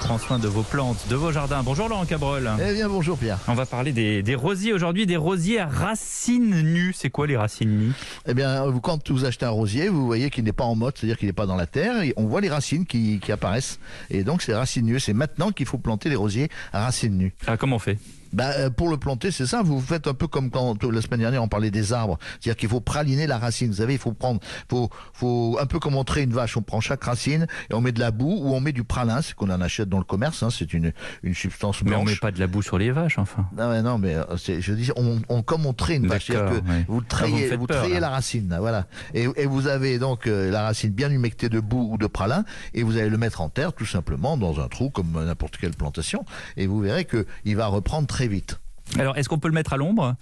prend soin de vos plantes, de vos jardins. Bonjour Laurent Cabrol. Eh bien, bonjour Pierre. On va parler des, des rosiers aujourd'hui, des rosiers à racines nues. C'est quoi les racines nues Eh bien, vous- quand vous achetez un rosier, vous voyez qu'il n'est pas en mode, c'est-à-dire qu'il n'est pas dans la terre. Et on voit les racines qui, qui apparaissent. Et donc, c'est racineux. C'est maintenant qu'il faut planter les rosiers à racines nues. ah, Comment on fait Bah, euh, pour le planter, c'est ça. Vous faites un peu comme quand euh, la semaine dernière on parlait des arbres, c'est-à-dire qu'il faut praliner la racine. Vous savez, il faut prendre, faut, faut un peu comme on traite une vache. On prend chaque racine et on met de la boue ou on met du pralin, c'est qu'on en achète dans le commerce. Hein, c'est une une substance Mais on met blanche. pas de la boue sur les vaches, enfin. Non mais non mais euh, c'est- je dis on, on comme on traîne une vache, D'accord, c'est-à-dire que ouais. vous Ah, vous me trayez faites vous, peur, là. trayez la racine là, voilà et, et vous avez donc euh, la racine bien humectée de boue ou de pralin et vous allez le mettre en terre tout simplement dans un trou comme n'importe quelle plantation et vous verrez que il va reprendre très vite. Alors, est-ce qu'on peut le mettre à l'ombre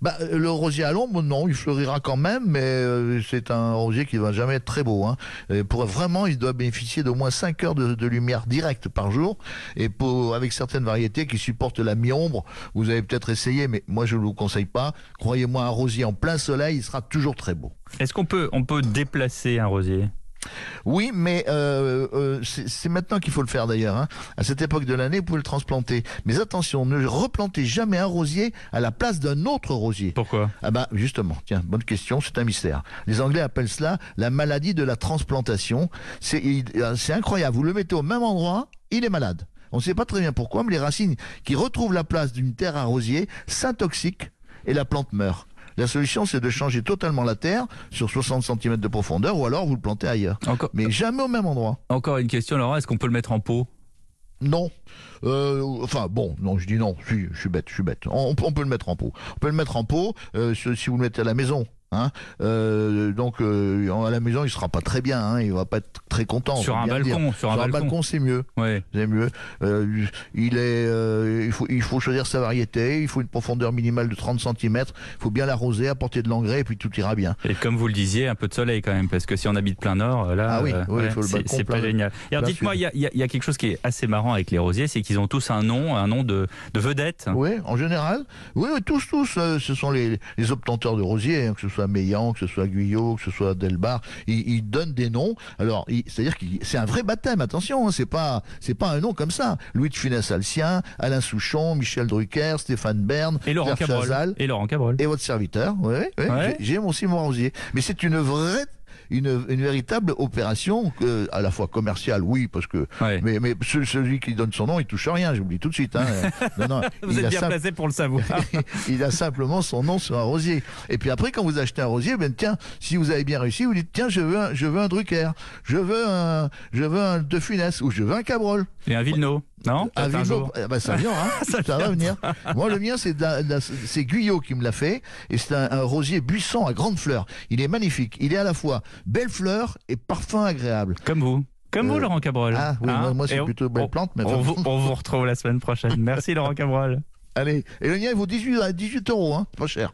Bah, euh, le rosier à l'ombre, non, il fleurira quand même, mais euh, c'est un rosier qui va jamais être très beau. Hein. Et pour vraiment, il doit bénéficier d'au moins 5 heures de, de lumière directe par jour. Et pour, avec certaines variétés qui supportent la mi-ombre, vous avez peut-être essayé, mais moi je ne vous conseille pas. Croyez-moi, un rosier en plein soleil, il sera toujours très beau. Est-ce qu'on peut, on peut déplacer un rosier Oui, mais euh, euh, c'est c'est maintenant qu'il faut le faire d'ailleurs. hein. À cette époque de l'année, vous pouvez le transplanter. Mais attention, ne replantez jamais un rosier à la place d'un autre rosier. Pourquoi Ah bah justement, tiens, bonne question, c'est un mystère. Les Anglais appellent cela la maladie de la transplantation. C'est il- euh, c'est incroyable, vous le mettez au même endroit, il est malade. On ne sait pas très bien pourquoi, mais les racines qui retrouvent la place d'une terre à rosier s'intoxiquent et la plante meurt. La solution, c'est de changer totalement la terre sur 60 cm de profondeur ou alors vous le plantez ailleurs. Encore, Mais jamais au même endroit. encore une question, Laurent. Est-ce qu'on peut le mettre en pot Non. Euh, enfin bon, non, je dis non. Si, je suis bête, je suis bête. On, on peut le mettre en pot. On peut le mettre en pot euh, si si vous le mettez à la maison. Hein. Euh, donc euh, à la maison, il sera pas très bien. Hein. Il va pas être très content. sur faut un, bien le dire. balcon, sur un Sur un balcon balcon, c'est mieux. Ouais. C'est mieux. Euh, il est, euh, il faut, il faut choisir sa variété. Il faut une profondeur minimale de 30 cm. Il faut bien l'arroser, apporter de l'engrais, et puis tout ira bien. Et comme vous le disiez, un peu de soleil quand même, parce que si on habite plein nord, euh, là, Ah oui, euh, oui, il faut le c'est balcon c'est pas plein- génial. Et Alors plein dites-moi, il sud. y a, il y a- il y a quelque chose qui est assez marrant avec les rosiers, c'est qu'ils ont tous un nom, un nom de, de vedette. Oui, en général. Oui, oui, tous, tous. euh, ce sont les, les obtenteurs de rosiers, hein, que ce soit Meillan, que ce soit Guyot, que ce soit Delbar. Ils, ils donnent des noms. Alors, ils- c'est-à-dire que c'est un vrai baptême. Attention, hein, c'est pas, c'est pas un nom comme ça. Louis de Funès Alcien, Alain Souchon, Michel Drucker, Stéphane Bern, Et Laurent Pierre Cabrol. Chazal Et Laurent Cabrol. et votre serviteur. Oui, oui, oui, Ouais. j'ai- J'ai aussi mon rosier. Mais c'est une vraie, une, une véritable opération, euh, à la fois commerciale, oui, parce que. Ouais. Mais, mais ce- celui qui donne son nom, il touche à rien, j'oublie tout de suite. Hein. Non, non, Vous il êtes a bien simple- placé pour le savoir. il a simplement son nom sur un rosier. Et puis après, quand vous achetez un rosier, ben tiens, si vous avez bien réussi, vous dites tiens, je veux un, je veux un Drucker, je veux un, je veux un De Funès ou je veux un Cabrol. Et un Villeneuve, non Un Peut-être un Villemot. jour. Eh ben, ça vient, hein. ça, va venir. Moi, le mien, c'est de la- de la- c'est Guyot qui me l'a fait, et c'est un, un rosier buisson à grandes fleurs. Il est magnifique. Il est à la fois belle fleur et parfum agréable. Comme vous. Comme vous, Euh, Laurent Cabrol. Ah oui, Hein moi, moi, c'est Et on- plutôt belle on- plante, mais On vous, on vous retrouve la semaine prochaine. Merci Laurent Cabrol. allez. Et le mien, il vaut 18 à 18 euh, euros, hein, pas cher.